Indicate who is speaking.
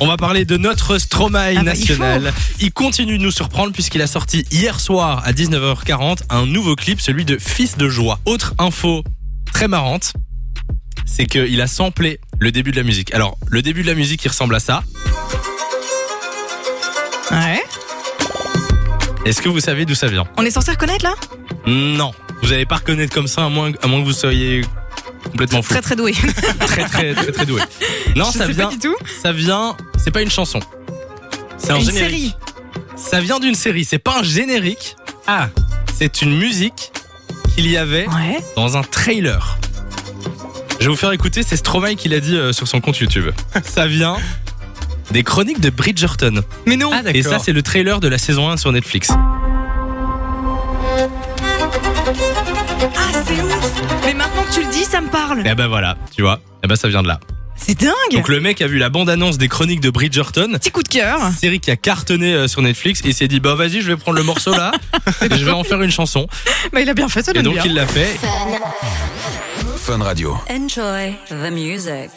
Speaker 1: On va parler de notre Stromae
Speaker 2: Ah bah,
Speaker 1: national. Il, continue de nous surprendre puisqu'il a sorti hier soir à 19h40 un nouveau clip, celui de Fils de joie. Autre info très marrante, c'est qu'il a samplé le début de la musique. Alors, le début de la musique, il ressemble à ça.
Speaker 2: Ouais.
Speaker 1: Est-ce que vous savez d'où ça vient
Speaker 2: On est censé reconnaître là
Speaker 1: Non. Vous n'allez pas reconnaître comme ça, à moins, à moins que vous soyez complètement fou.
Speaker 2: Très très doué.
Speaker 1: très, très, très, très doué. Non,
Speaker 2: Je
Speaker 1: ça
Speaker 2: sais
Speaker 1: vient,
Speaker 2: pas du tout.
Speaker 1: ça vient, c'est pas une chanson. C'est un
Speaker 2: Une
Speaker 1: générique.
Speaker 2: série.
Speaker 1: Ça vient d'une série, c'est pas un générique. Ah, c'est une musique qu'il y avait
Speaker 2: Ouais.
Speaker 1: dans un trailer. Je vais vous faire écouter, c'est Stromae qui l'a dit euh, sur son compte YouTube. Ça vient des chroniques de Bridgerton.
Speaker 2: Mais non.
Speaker 1: Ah, Et ça, c'est le trailer de la saison 1 sur Netflix.
Speaker 2: Ah, c'est ouf. Mais maintenant que tu le dis, ça me parle.
Speaker 1: Et ben voilà, tu vois, et ben ça vient de là.
Speaker 2: C'est dingue.
Speaker 1: Donc le mec a vu la bande-annonce des chroniques de Bridgerton.
Speaker 2: Petit coup de cœur.
Speaker 1: Série qui a cartonné euh, sur Netflix et il s'est dit bah vas-y je vais prendre le morceau là et je vais en faire une chanson
Speaker 2: Bah, il a bien fait, ça
Speaker 1: et
Speaker 2: donne
Speaker 1: donc
Speaker 2: bien.
Speaker 1: il l'a fait
Speaker 3: Fun Radio.
Speaker 4: Enjoy the music.